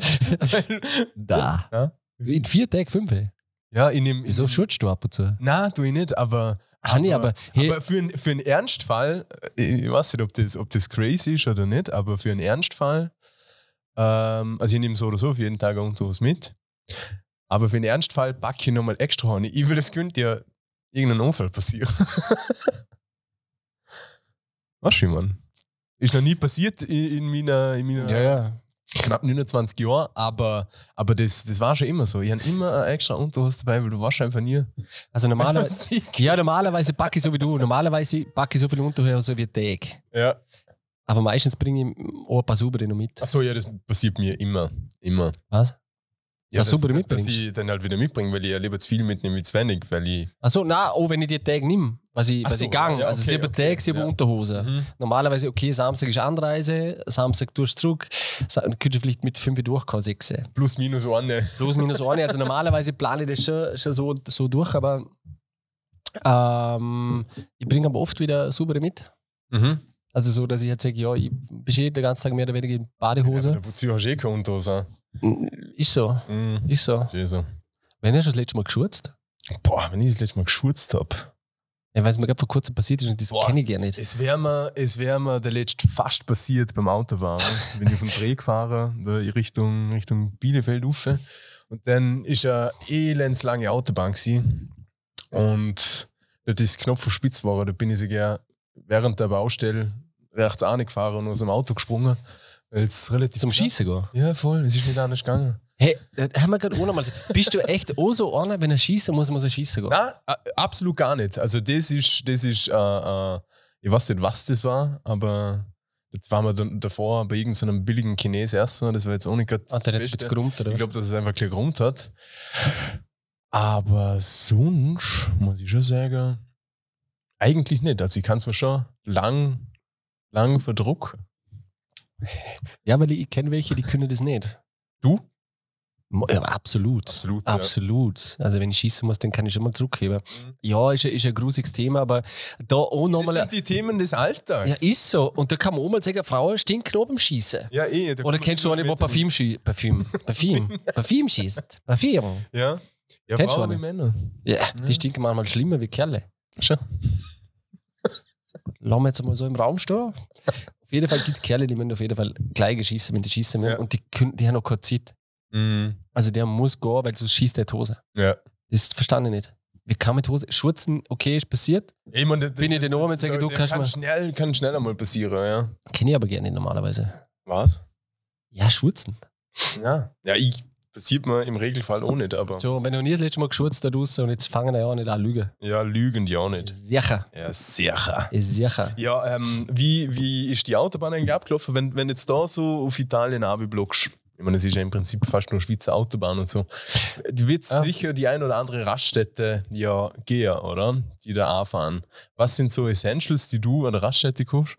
S1: [laughs] da.
S2: Ja.
S1: In vier Tagen fünf. ey.
S2: ja, ich nehme.
S1: Wieso schutzt du ab und zu?
S2: Nein, tu ich nicht, aber.
S1: Ah, nee, aber, hey,
S2: Aber für, einen- für einen Ernstfall, äh, ich weiß nicht, ob das, ob das crazy ist oder nicht, aber für einen Ernstfall, ähm, also ich nehme so oder so für jeden Tag irgendwas mit, aber für einen Ernstfall packe ich nochmal extra Honig. Ich will, es könnte ja irgendein Unfall passieren. [laughs] weißt du, wie man? Ist noch nie passiert in, in meiner, in meiner
S1: ja, ja.
S2: knapp 29 Jahren, aber, aber das, das war schon immer so. Ich habe immer eine extra Unterhose dabei, weil du warst einfach nie.
S1: Also
S2: [laughs]
S1: normalerweise, ja, normalerweise packe ich so wie du. Normalerweise packe ich so viel Unterhose wie Tag.
S2: ja.
S1: Aber meistens bringe ich auch ein paar saubere noch mit.
S2: Achso, ja, das passiert mir immer. Immer.
S1: Was?
S2: Ja,
S1: Dass du mitbringst.
S2: Dass ich dann halt wieder mitbringe, weil ich ja lieber zu viel mitnehme wie zu wenig, weil ich.
S1: Achso, na, oh, wenn ich die Tag nimm, was ich,
S2: Ach
S1: was
S2: so,
S1: ich gang,
S2: ja,
S1: also
S2: okay,
S1: sieben
S2: okay,
S1: Tage, sieben
S2: ja. Mhm.
S1: Unterhosen. Normalerweise, okay, Samstag ist Anreise, Samstag tust du zurück, Sa- dann könntest du vielleicht mit fünf durchkommen, sechs.
S2: Plus, minus, eine.
S1: Plus, minus eine. Also normalerweise plane ich das schon, schon so, so durch, aber ähm, ich bringe aber oft wieder saubere mit.
S2: Mhm.
S1: Also so, dass ich jetzt sage, ja, ich bestehe den ganzen Tag mehr oder weniger in Badehose.
S2: Ja, aber du hast eh keine Unterhose.
S1: Äh, Ist so,
S2: Mhm.
S1: ist so.
S2: Verstehe so.
S1: Wenn hast du das letzte Mal geschurzt?
S2: Boah, wenn ich das letzte Mal geschurzt habe.
S1: Ja, weil es mir gerade vor kurzem passiert ist und das
S2: Boah.
S1: kenne ich ja nicht.
S2: Es wäre mir, es wär mir der letzte fast passiert
S1: [laughs]
S2: beim Autofahren. Bin ich auf den Dreh gefahren, da in Richtung, Richtung Bielefeld rauf. Und dann ist eine elendslange Autobahn gewesen. Und da das Knopf auf Spitz war, da bin ich sogar während der Baustelle rechts angefahren und aus dem Auto gesprungen. Weil es relativ.
S1: Zum Schießen gehen.
S2: Ja, voll, es ist nicht anders gegangen.
S1: Hey, das haben wir gerade auch nochmal. Bist du echt auch so einer, wenn er schießen muss, muss er schießen gehen?
S2: Nein, a- absolut gar nicht. Also das ist, das ist, äh, äh, ich weiß nicht, was das war, aber das waren wir dann davor bei irgendeinem billigen Chines erst, ne? das war jetzt auch nicht gerade
S1: Ah,
S2: das
S1: der hat jetzt ein bisschen
S2: Beste.
S1: gerummt, oder?
S2: Ich
S1: was?
S2: glaube, dass es einfach gleich rund hat. Aber sonst, muss ich schon sagen, eigentlich nicht. Also ich kann es mir schon lang, lang verdrucken.
S1: Ja, weil ich, ich kenne welche, die können das nicht.
S2: Du?
S1: Mo- Ja, absolut. Absolut.
S2: Absolut.
S1: Also wenn ich schießen muss, dann kann ich schon mal zurückheben.
S2: Mhm.
S1: Ja, ist, ein- ist ein grusiges Thema, aber da auch
S2: Ja. Das
S1: nochmal.
S2: sind die Themen des Alltags.
S1: Ja, ist so. Und da kann man auch mal sagen, Frauen Stinkknoben schießen.
S2: Ja, eh. da
S1: Oder
S2: kommt
S1: kennst du
S2: man
S1: eine, wo
S2: später
S1: Parfüm schießt? Parfüm.
S2: [laughs]
S1: Parfüm. Parfüm schießt. Parfüm.
S2: mit. Ja, ja
S1: Kennst du
S2: Frauen
S1: eine?
S2: wie Männer.
S1: Ja, die stinken manchmal schlimmer wie Kerle.
S2: Schon.
S1: Lassen wir jetzt mal so im Raum stehen. Auf jeden Fall gibt es Kerle, die müssen auf jeden Fall gleich schießen, wenn sie schießen müssen.
S2: Ja.
S1: Und die, können, die haben noch keine Zeit. Also der muss gehen, weil du schießt der Hose.
S2: Ja.
S1: Das verstanden nicht. Wie kann mit Hose? Schurzen, okay, ist passiert.
S2: Ich meine, das-
S1: Bin ich den
S2: das-
S1: Ohren und sage,
S2: das-
S1: du
S2: das
S1: kannst
S2: kann
S1: mal-
S2: Schnell, kann schnell einmal passieren, ja.
S1: Kenne ich aber gerne normalerweise.
S2: Was?
S1: Ja, schurzen.
S2: Ja. Ja, ich passiert mir im Regelfall auch nicht, aber.
S1: So, wenn du nie das letzte Mal geschurzt da draußen und jetzt fangen wir ja auch nicht an lügen.
S2: ja, lügen die auch nicht.
S1: Sicher.
S2: Ja, sicher.
S1: Ist sicher.
S2: Ja, ähm, wie, wie ist die Autobahn eigentlich abgelaufen, wenn, wenn jetzt da so auf Italien abblockst? Ich meine, es ist ja im Prinzip fast nur Schweizer Autobahn und so. Die wird
S1: Ah.
S2: sicher die ein oder andere Raststätte ja gehen, oder? Die da anfahren. Was sind so Essentials, die du an der Raststätte kaufst?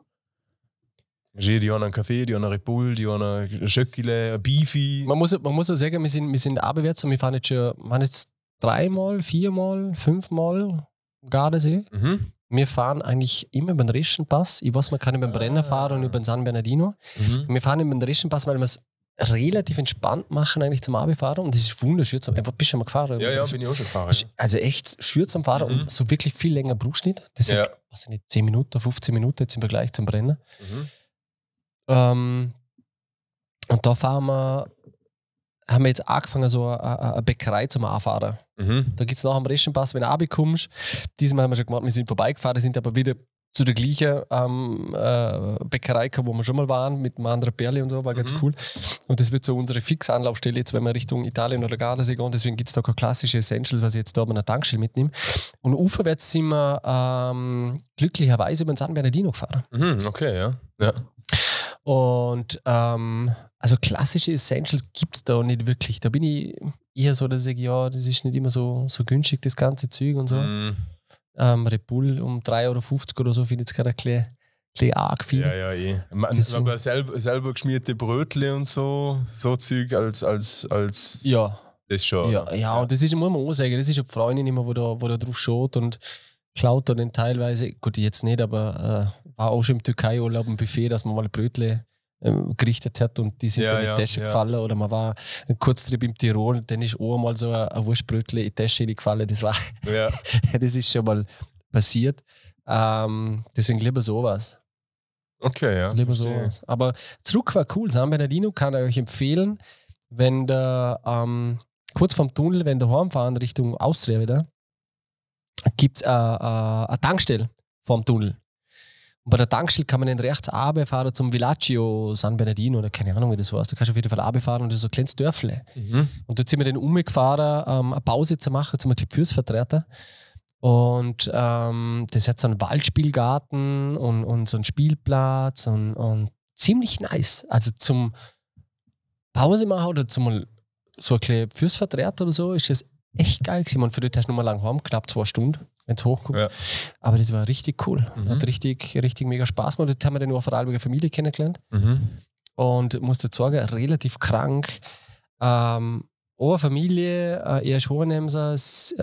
S2: Geh, Die haben einen Kaffee, die haben einen Red Bull, die haben einen Schöckele, ein Beefy.
S1: Man muss, man muss auch sagen, wir sind, wir sind abwärts und wir fahren jetzt schon, wir haben jetzt dreimal, viermal, fünfmal am Gardasee.
S2: Mhm.
S1: Wir fahren eigentlich immer über den Reschenpass. Ich weiß, man kann über den Brenner
S2: Ah.
S1: fahren und über den San Bernardino.
S2: Mhm.
S1: Wir fahren über den Reschenpass, weil wir es relativ entspannt machen eigentlich zum Abfahren und das ist wunderschön. Zum, einfach bist du schon mal gefahren.
S2: Ja, ja, bin ich auch schon gefahren.
S1: Ist Also echt schür zum Fahren
S2: Mhm.
S1: und so wirklich viel länger Brustschnitt. Das sind,
S2: Ja.
S1: was sind nicht, 10 Minuten, 15 Minuten jetzt im Vergleich zum Brenner.
S2: Mhm.
S1: Ähm, und da fahren wir, haben wir jetzt angefangen, so eine- eine eine Bäckerei zum Anfahren.
S2: Mhm.
S1: Da gibt es noch am Reschenpass, wenn du runterkommst. Diesmal haben wir schon gemacht, wir sind vorbeigefahren, sind aber wieder zu der gleichen ähm, äh, Bäckerei gekommen, wo wir schon mal waren, mit einem anderen Perle und so, war ganz cool. Und das wird so unsere Fixanlaufstelle, jetzt wenn wir Richtung Italien oder Gardasee gehen, deswegen gibt es da keine klassische Essentials, was ich jetzt da bei einer Tankstelle mitnehme. Und uferwärts sind wir ähm, glücklicherweise über den San Bernardino gefahren.
S2: Mhm, okay, ja. ja.
S1: Und ähm, also klassische Essentials gibt es da nicht wirklich. Da bin ich eher so, dass ich sage, ja, das ist nicht immer so, so günstig, das ganze Zeug und so.
S2: Mhm.
S1: Ähm, Red Bull um 3,50 Euro oder so finde ich jetzt gerade ein bisschen, bisschen arg viel.
S2: Ja, ja, eh. Man,
S1: Deswegen-
S2: aber selber, selber geschmierte Brötle und so, so Zeug als, als, als
S1: Ja,
S2: das schon.
S1: ja, ja, und das ist, muss man auch sagen, das ist ja die Freundin immer, wo da, wo da drauf schaut und klaut da dann teilweise, gut, jetzt nicht, aber äh, war auch schon im Türkei-Urlaub ein Buffet, dass man mal Brötle ähm, gerichtet hat und die sind
S2: Ja,
S1: dann in
S2: ja,
S1: die Tasche
S2: ja.
S1: gefallen oder man war einen Kurztrip im Tirol und dann ist auch mal so ein, ein Wurstbrötle in die Tasche gefallen, das war, [laughs]
S2: ja.
S1: das ist schon mal passiert. Ähm, deswegen lieber sowas.
S2: Okay, ja.
S1: Lieber
S2: verstehe.
S1: sowas. Aber zurück war cool. San Bernardino kann ich euch empfehlen, wenn der ähm, kurz vom Tunnel, wenn der heimfahren Richtung Austria wieder, gibt es eine Tankstelle vom Tunnel. Und bei der Tankstelle kann man dann rechts runterfahren zum Villaggio San Bernardino oder keine Ahnung, wie das heißt. Da kannst du auf jeden Fall runterfahren und das ist so ein kleines Dörfle.
S2: Mhm.
S1: Und dort sind wir dann umgefahren, ähm, eine Pause zu machen, zum Beispiel fürs Vertreter. Und ähm, das hat so einen Waldspielgarten und, und so einen Spielplatz und, und ziemlich nice. Also zum Pause machen oder zum mal so ein bisschen fürs Vertreter oder so ist das echt geil gewesen. Und für dich hast du noch mal lang heim, knapp zwei Stunden, wenn es hochkommt.
S2: Ja.
S1: Aber das war richtig cool.
S2: Mhm.
S1: Hat richtig, richtig mega Spaß gemacht. Dort haben wir dann auch eine Vorarlberger Familie kennengelernt
S2: Mhm.
S1: und muss dazu sagen, relativ krank. Ähm, auch eine Familie, äh, er ist Hohenemser, s- äh,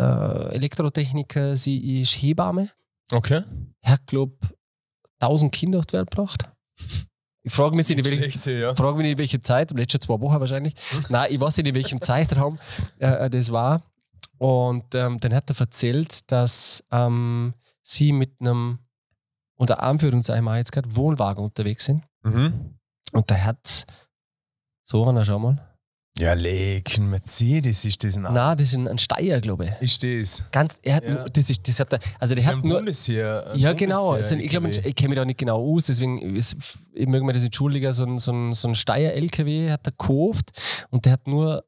S1: Elektrotechniker, sie ist Hebamme.
S2: Okay.
S1: Er hat, glaube 1000 Kinder auf die Welt gebracht. Ich frage mich, jetzt in welchen,
S2: Echte, ja.
S1: frage mich nicht, in welcher Zeit, in den letzten zwei Wochen wahrscheinlich. Nein, ich weiß nicht, in welchem Zeitraum äh, das war. Und ähm, dann hat er erzählt, dass ähm, sie mit einem, unter Anführungszeichen mache ich jetzt gerade, Wohnwagen unterwegs sind.
S2: Mhm.
S1: Und der hat so einer schau mal.
S2: Ja, leg, ein Mercedes ist das ein
S1: Nein, das ist ein, ein Steier, glaube ich.
S2: Ist das?
S1: Ganz, er hat
S2: Ja.
S1: nur, das ist, das hat er, also der
S2: Ja,
S1: hat
S2: ein
S1: nur,
S2: Bundesheer. ein
S1: ja genau,
S2: Bundesheer
S1: es sind, ich glaube,
S2: LKW.
S1: ich kenne mich da nicht genau aus, deswegen ist, ich möge mir das entschuldigen, so ein, so ein, so ein Steier-LKW hat er gekauft und der hat nur,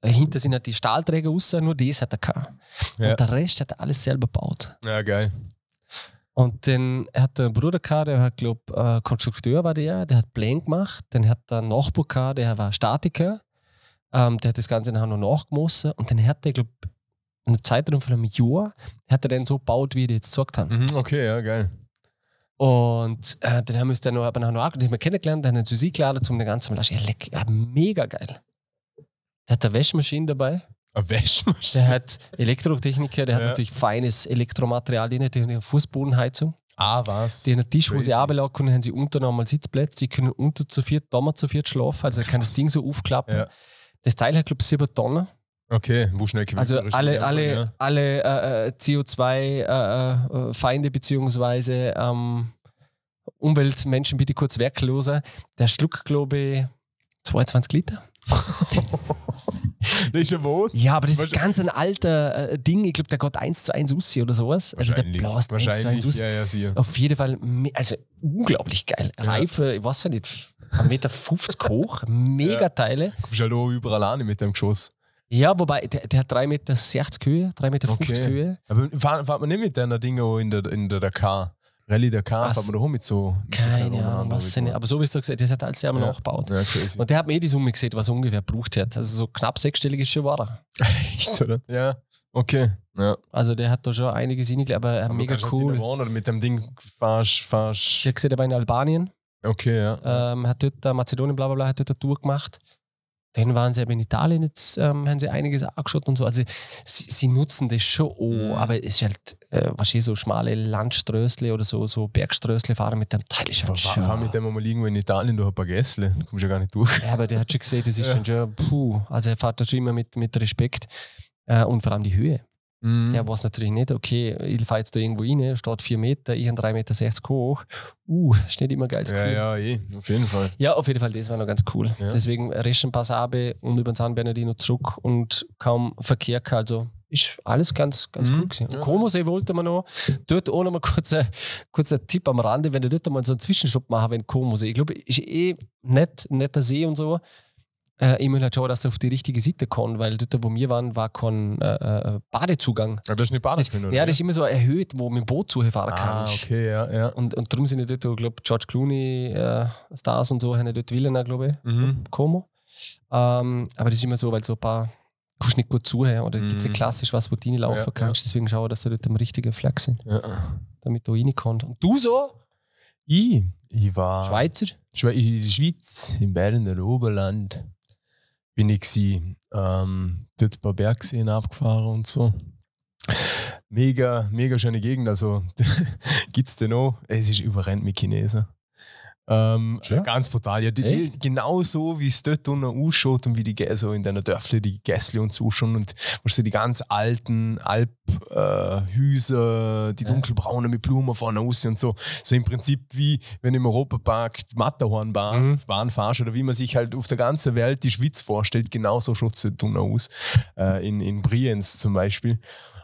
S1: hinter sind halt die Stahlträger raus, nur das hat er gehabt.
S2: Ja.
S1: Und der Rest hat er alles selber gebaut.
S2: Ja, geil.
S1: Und dann hat der Bruder gehabt, der hat, glaub, äh, Konstrukteur war der, der hat Pläne gemacht. Dann hat der Nachbar gehabt, der war Statiker. Ähm, der hat das Ganze nachher noch nachgemessen. Und dann hat der, glaub, in einem Zeitraum von einem Jahr, hat er den so gebaut, wie ich dir jetzt gesagt habe.
S2: Mhm. Okay, ja, geil.
S1: Und äh, dann haben wir uns dann noch, aber nachher noch angeguckt, den haben wir kennengelernt, dann haben wir zu sie geladen, zum den ganzen Lasch. Ja, leck, ja, mega geil. Der hat eine Wäschmaschine dabei.
S2: Eine Wäschmaschine. [laughs]
S1: Der hat Elektrotechniker, der hat
S2: Ja.
S1: natürlich feines Elektromaterial drin, die haben eine Fußbodenheizung.
S2: Ah, was?
S1: Die haben einen Tisch, wo
S2: Crazy.
S1: sie arbeiten können, haben sie unten nochmal Sitzplätze, die können unter zu viert, da mal zu viert schlafen, also kann das
S2: Krass.
S1: Ding so aufklappen.
S2: Ja.
S1: Das Teil hat, glaube ich, sieben Tonnen.
S2: Okay, wo schnell gewinnt
S1: Also
S2: man
S1: alle,
S2: richtig
S1: alle,
S2: einfach,
S1: alle äh, äh, CO2-Feinde äh, Feinde beziehungsweise ähm, Umweltmenschen bitte kurz werkloser. Der schluckt, glaube ich, 22 Liter.
S2: ja. Das ist ein Boot.
S1: Ja, aber das ist
S2: Wahrscheinlich-
S1: ganz ein alter äh, Ding. Ich glaube, der geht 1 zu 1 aus oder sowas. Also der
S2: Wahrscheinlich.
S1: blast 1 zu 1
S2: Wahrscheinlich.
S1: aus.
S2: Ja, ja, sicher.
S1: Auf jeden Fall, me- also unglaublich geil. Reife, ich weiß ja nicht, 1,50 Meter [laughs] hoch, mega Teile.
S2: kommst halt auch überall an mit dem Geschoss.
S1: Ja, wobei, der, der hat 3,60 Meter Höhe, 3,50 Meter
S2: Okay.
S1: Höhe.
S2: Aber fahrt, fahrt man nicht mit deiner Dinge auch in der, in der Dakar? Rallye Dakar,
S1: Was?
S2: fahrt man doch auch mit so. Mit so kleinen
S1: Keine Ahnung,
S2: Runden
S1: was denn.
S2: an,
S1: Aber so wie du gesagt das hat alles selber
S2: Ja.
S1: nachgebaut.
S2: Ja, crazy.
S1: Und der hat mir eh die Summe gesehen, was er ungefähr gebraucht hat. Also so knapp sechsstellig ist schon war er.
S2: Echt, oder? Ja, okay. Ja.
S1: Also der hat da schon einiges hingelegt, aber, aber
S2: Aber
S1: mega
S2: kannst halt in der
S1: cool.
S2: Wohnung Oder mit dem Ding fahrst,
S1: Ich habe
S2: fahrst.
S1: gesehen, er war in Albanien,
S2: Okay, ja.
S1: ähm, hat dort äh, Mazedonien, bla bla bla, hat dort eine Tour gemacht. Dann waren sie eben in Italien, jetzt ähm, haben sie einiges angeschaut und so. Also sie, sie nutzen das schon auch,
S2: Mhm.
S1: aber es ist halt, äh, wahrscheinlich so schmale Landströßle oder so, so Bergströßle fahren mit dem Teil ist
S2: Fahr,
S1: einfach
S2: fahr, fahr
S1: schon.
S2: mit dem mal irgendwo in Italien durch ein paar Gässle. Da kommst du ja gar nicht durch.
S1: Ja, aber der hat schon gesehen, das ist
S2: [laughs] Ja.
S1: dann schon, puh. Also er fährt da schon immer mit, mit Respekt äh, und vor allem die Höhe.
S2: Mhm.
S1: Der weiß natürlich nicht, okay, ich fahre jetzt da irgendwo rein, steht 4 Meter, ich habe 3,60 Meter hoch. Uh, ist nicht immer geiles
S2: ja,
S1: Gefühl.
S2: ja, eh. Auf jeden Fall.
S1: Ja, auf jeden Fall, das war noch ganz cool.
S2: Ja.
S1: Deswegen Reschen Passabe und über den San Bernardino zurück und kaum Verkehr, gehabt, also ist alles ganz, ganz
S2: Mhm.
S1: gut gewesen.
S2: Ja.
S1: Kromosee wollte man noch. Dort auch noch mal kurzer kurzer Tipp am Rande, wenn ihr dort mal so einen Zwischenstopp machen wenn Kromosee, ich glaube, ist eh nett, netter See und so. Äh, ich muss halt schauen, dass du auf die richtige Seite kommst, weil dort, wo wir waren, war kein äh, äh, Badezugang.
S2: Aber das ist nicht Badesmühle,
S1: ja, das ist immer so erhöht, wo man mit dem Boot zufahren
S2: Ah,
S1: kannst.
S2: okay, ja, ja.
S1: Und, und darum sind ja dort, ich glaube, George Clooney, äh, Stars und so, haben ja dort Villen, glaube ich.
S2: Mhm.
S1: Como. Ähm, aber das ist immer so, weil so ein paar kannst nicht gut zuhören oder
S2: Mhm.
S1: gibt es ja klassisch was, wo du reinlaufen
S2: Ja, ja.
S1: kannst. Deswegen schau, dass du dort am richtigen Fleck sind,
S2: ja.
S1: damit du reinkommst. Und du so?
S2: Ich, ich war
S1: Schweizer?
S2: Schwe in der Schweiz, im Berner Oberland, bin ich gsi. Ähm, dort ein paar Bergseen abgefahren und so. Mega, mega schöne Gegend. Also [laughs] gibt es denn noch? Es ist überrennt mit Chinesen. Ähm,
S1: Sure.
S2: Ganz brutal. Ja, die, die, genau so, wie es dort unten ausschaut und wie die Gä- so in deiner Dörfle die Gässle und so ausschauen und weißt du, die ganz alten Alphäuser, äh, Häuser, die
S1: Ja.
S2: dunkelbraunen mit Blumen vorne aussehen und so. So im Prinzip wie wenn im Europapark die Matterhornbahn
S1: Mhm.
S2: Bahn fahrst oder wie man sich halt auf der ganzen Welt die Schweiz vorstellt, genau genauso schaut es dort unten halt aus. Äh, in, in Brienz zum Beispiel.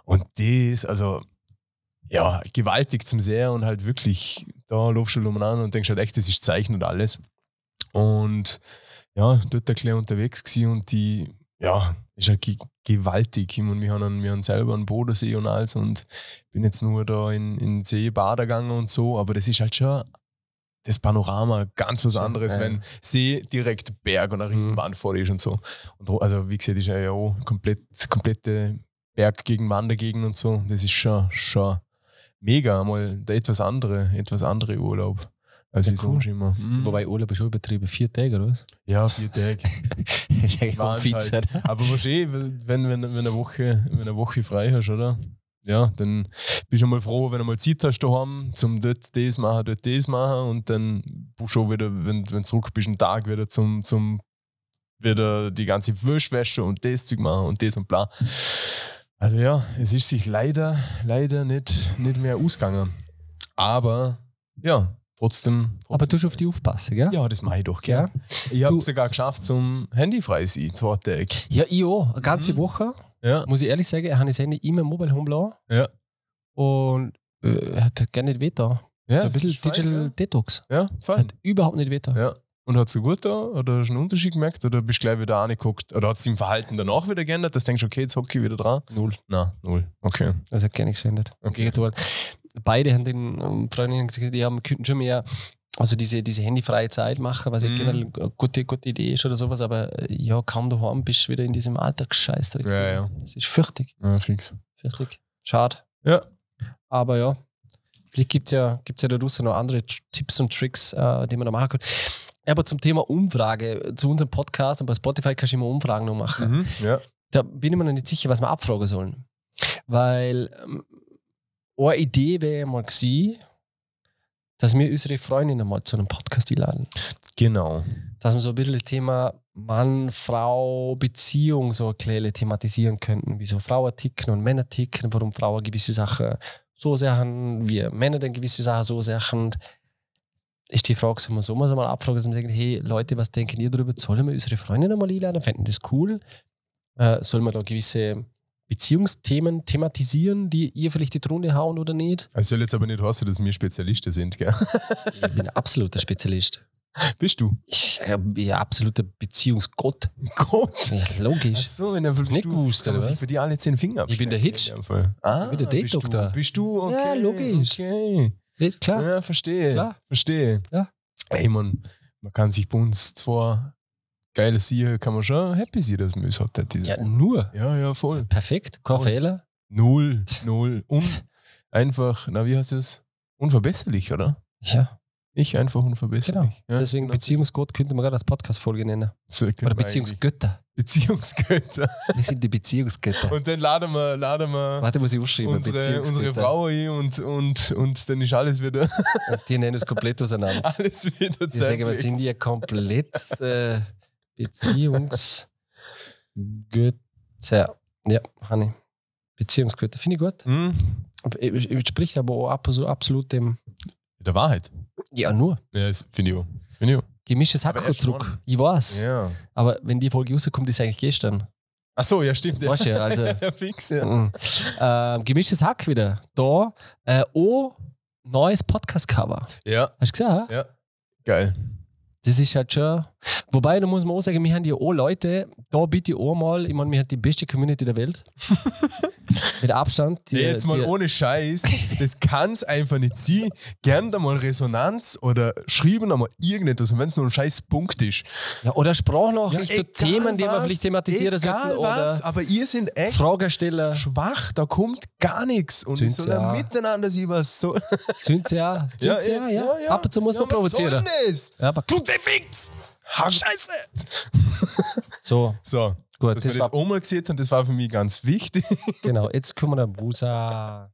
S2: Und das, also ja, gewaltig zum Sehr und halt wirklich, da laufst du halt umeinander und denkst halt echt, das ist Zeichen und alles. Und ja, dort ein klein unterwegs gewesen und die, ja, ist halt ge- gewaltig. Ich meine, wir haben, einen- wir haben selber einen Bodensee und alles und bin jetzt nur da in, in den See baden gegangen und so, aber das ist halt schon das Panorama ganz was
S1: Schon,
S2: anderes,
S1: ja. Mhm.
S2: wenn See direkt Berg und eine Riesenwand vor dir ist und so. Und ro- also wie gesagt, ist ja auch komplett, komplette Berg gegen Wand dagegen und so. Das ist schon, schon mega, mal der etwas andere, etwas andere Urlaub. Also
S1: Ja,
S2: ich
S1: cool.
S2: sonst immer. Mhm.
S1: Wobei Urlaub ist schon übertrieben. Vier Tage, oder was? [laughs]
S2: ja, vier Tage.
S1: ist eigentlich auch
S2: Waren's
S1: Pizza.
S2: halt. Aber wahrscheinlich, weil- wenn, wenn, wenn, eine Woche, wenn eine Woche frei hast, oder? Ja, dann bist du mal froh, wenn du mal Zeit hast daheim, zum dort das machen, dort das machen und dann buchst du auch wieder, wenn, wenn du zurück bist, einen Tag wieder zum, zum wieder die ganze Wäschwäsche und das Zeug machen und das und bla. Also ja, es ist sich leider, leider nicht, nicht mehr ausgegangen. Aber ja, trotzdem. trotzdem
S1: Aber du hast auf die aufpassen, gell?
S2: ja, das mache ich doch,
S1: Ja.
S2: gell? Ich habe
S1: Du-
S2: es sogar geschafft zum Handy frei sein, zwei Tage.
S1: Ja, ich auch. Eine ganze
S2: Mhm.
S1: Woche,
S2: Ja,
S1: muss ich ehrlich sagen, ich habe das Handy immer im Mobile home
S2: Ja.
S1: Und äh, hat halt gar nicht wehgetan. so
S2: ja
S1: ein
S2: das
S1: bisschen
S2: ist fein,
S1: Digital Detox.
S2: gell? Ja, fein.
S1: Hat überhaupt nicht wehgetan.
S2: Ja. Und hat es dir gut da? Oder hast du einen Unterschied gemerkt? Oder bist du gleich wieder angeguckt? Oder hat es im Verhalten danach wieder geändert, dass du denkst, okay, jetzt hocke ich wieder dran?
S1: Null.
S2: Nein, null. Okay.
S1: Also hat gar nichts verändert. Im
S2: Okay.
S1: Gegenteil. Beide haben den ähm, Freundinnen gesagt, ja, wir könnten schon mehr also diese, diese handyfreie Zeit machen, was ja
S2: Mhm.
S1: generell eine gute, gute Idee ist oder sowas, aber äh, ja, kaum daheim bist du wieder in diesem Alltagsscheiß drin.
S2: Ja, ja.
S1: Das ist fürchtig,
S2: Ja, fix.
S1: fürchtig. Schade.
S2: Ja.
S1: Aber ja, vielleicht gibt es ja, gibt's ja da draußen noch andere T- Tipps und Tricks, äh, die man noch machen kann. Aber zum Thema Umfrage, zu unserem Podcast und bei Spotify kannst du immer Umfragen noch machen
S2: Mhm. Ja.
S1: da bin ich mir noch nicht sicher, was wir abfragen sollen. Weil ähm, eine Idee wäre ja mal gewesen, dass wir unsere Freundinnen mal zu einem Podcast einladen.
S2: Genau.
S1: Dass wir so ein bisschen das Thema Mann, Frau, Beziehung so ein kleines thematisieren könnten. Wieso Frauen ticken und Männer ticken, warum Frauen gewisse Sachen so sehen, wie Männer dann gewisse Sachen so sehen. Ist die Frage, sollen wir so mal so mal abfragen, dass wir sagen, hey Leute, was denken ihr darüber? Sollen wir unsere Freundinnen mal einladen? Fänden das cool? Äh, soll man da gewisse Beziehungsthemen thematisieren, die ihr vielleicht in die Runde hauen oder nicht?
S2: Also soll jetzt aber nicht heißen, dass wir Spezialisten sind, gell?
S1: Ich bin ein absoluter Spezialist.
S2: [laughs] Bist du?
S1: Ich äh, bin ein absoluter Beziehungsgott.
S2: Gott.
S1: Ja, logisch.
S2: Achso, wenn er will,
S1: Nicht gewusst,
S2: kann er
S1: oder
S2: sich
S1: was?
S2: für die alle zehn Finger
S1: Ich bin der Hitch.
S2: abschneiden, in dem Fall. Ah,
S1: bin der
S2: bist du-
S1: Date-Doktor.
S2: Bist du? Okay.
S1: Ja, logisch.
S2: Okay.
S1: Ja, Klar.
S2: Ja, verstehe.
S1: Klar.
S2: Verstehe.
S1: Ja.
S2: Ey, man, man kann sich bei uns zwar geile Siege, kann man schon happy sein, dass man es hat. hat diese-
S1: Ja, nur.
S2: ja, ja, voll.
S1: Perfekt, kein
S2: Voll.
S1: Fehler.
S2: Null, null. Und einfach, na, wie heißt das? Unverbesserlich, oder?
S1: Ja,
S2: Ich einfach
S1: genau.
S2: unverbesserlich. Ja,
S1: Deswegen
S2: genau.
S1: Beziehungsgott könnte man gerade als Podcast-Folge nennen.
S2: So können
S1: Oder
S2: wir eigentlich-
S1: Beziehungsgötter.
S2: Beziehungsgötter.
S1: Wir sind die Beziehungsgötter.
S2: Und dann laden wir, laden wir
S1: Warte, muss ich aufschreiben.
S2: unsere, unsere
S1: Beziehungsgötter.
S2: Frau ein und, und, und dann ist alles wieder, [laughs]
S1: Und [laughs] Die nennen es komplett auseinander.
S2: alles wieder
S1: Die sagen, wir
S2: zerlegt.
S1: sind ja komplett äh, Beziehungsgötter. Ja, Hanni. Beziehungsgötter. Finde ich gut.
S2: Hm?
S1: Ich- ich- ich Spricht aber auch ab, so absolut dem.
S2: Mit Der Wahrheit.
S1: Ja, nur.
S2: Ja, das finde ich auch. Finde ich auch.
S1: Die mischen das
S2: Aber
S1: Hack
S2: erst
S1: zurück.
S2: morgen.
S1: Ich weiß.
S2: Ja.
S1: Aber wenn die Folge rauskommt, ist eigentlich gestern.
S2: Ach so, ja, stimmt. Ja,
S1: Weißt du, also.
S2: [laughs] ja fix, ja.
S1: Mhm. [laughs] Ähm, gemischtes Hack wieder. Da, äh, oh, neues Podcast-Cover.
S2: Ja,
S1: Hast du gesehen? hä?
S2: ja. Geil.
S1: Das ist halt schon. Wobei, da muss man auch sagen, wir haben ja auch Leute, da bitte auch mal, ich meine, wir haben die beste Community der
S2: [laughs]
S1: Welt. Mit Abstand. Die,
S2: nee, jetzt mal oh-
S1: die,
S2: ohne Scheiß, das kann es einfach nicht sein. Gern da mal Resonanz oder schreiben da mal irgendetwas, und wenn es nur ein scheiß Punkt ist.
S1: ja, oder Sprachnachricht
S2: Ja,
S1: zu
S2: egal
S1: Themen, die wir
S2: was,
S1: vielleicht thematisieren
S2: Egal
S1: sollten.
S2: was,
S1: Oder
S2: aber ihr sind echt
S1: Fragesteller.
S2: [laughs] schwach, da kommt gar nichts. Und
S1: Sind's
S2: ich soll
S1: ja.
S2: dann miteinander sie was so.
S1: Sind sie ja. Sind sie ja, ja. Ab und zu muss man
S2: was soll
S1: provozieren.
S2: denn das?
S1: Ja, aber
S2: Du definkst! Scheiße!
S1: so,
S2: So,
S1: gut,
S2: dass
S1: das
S2: wir
S1: war,
S2: das einmal gesehen haben, das war für mich ganz wichtig.
S1: genau. Jetzt kommen wir dann Wusa.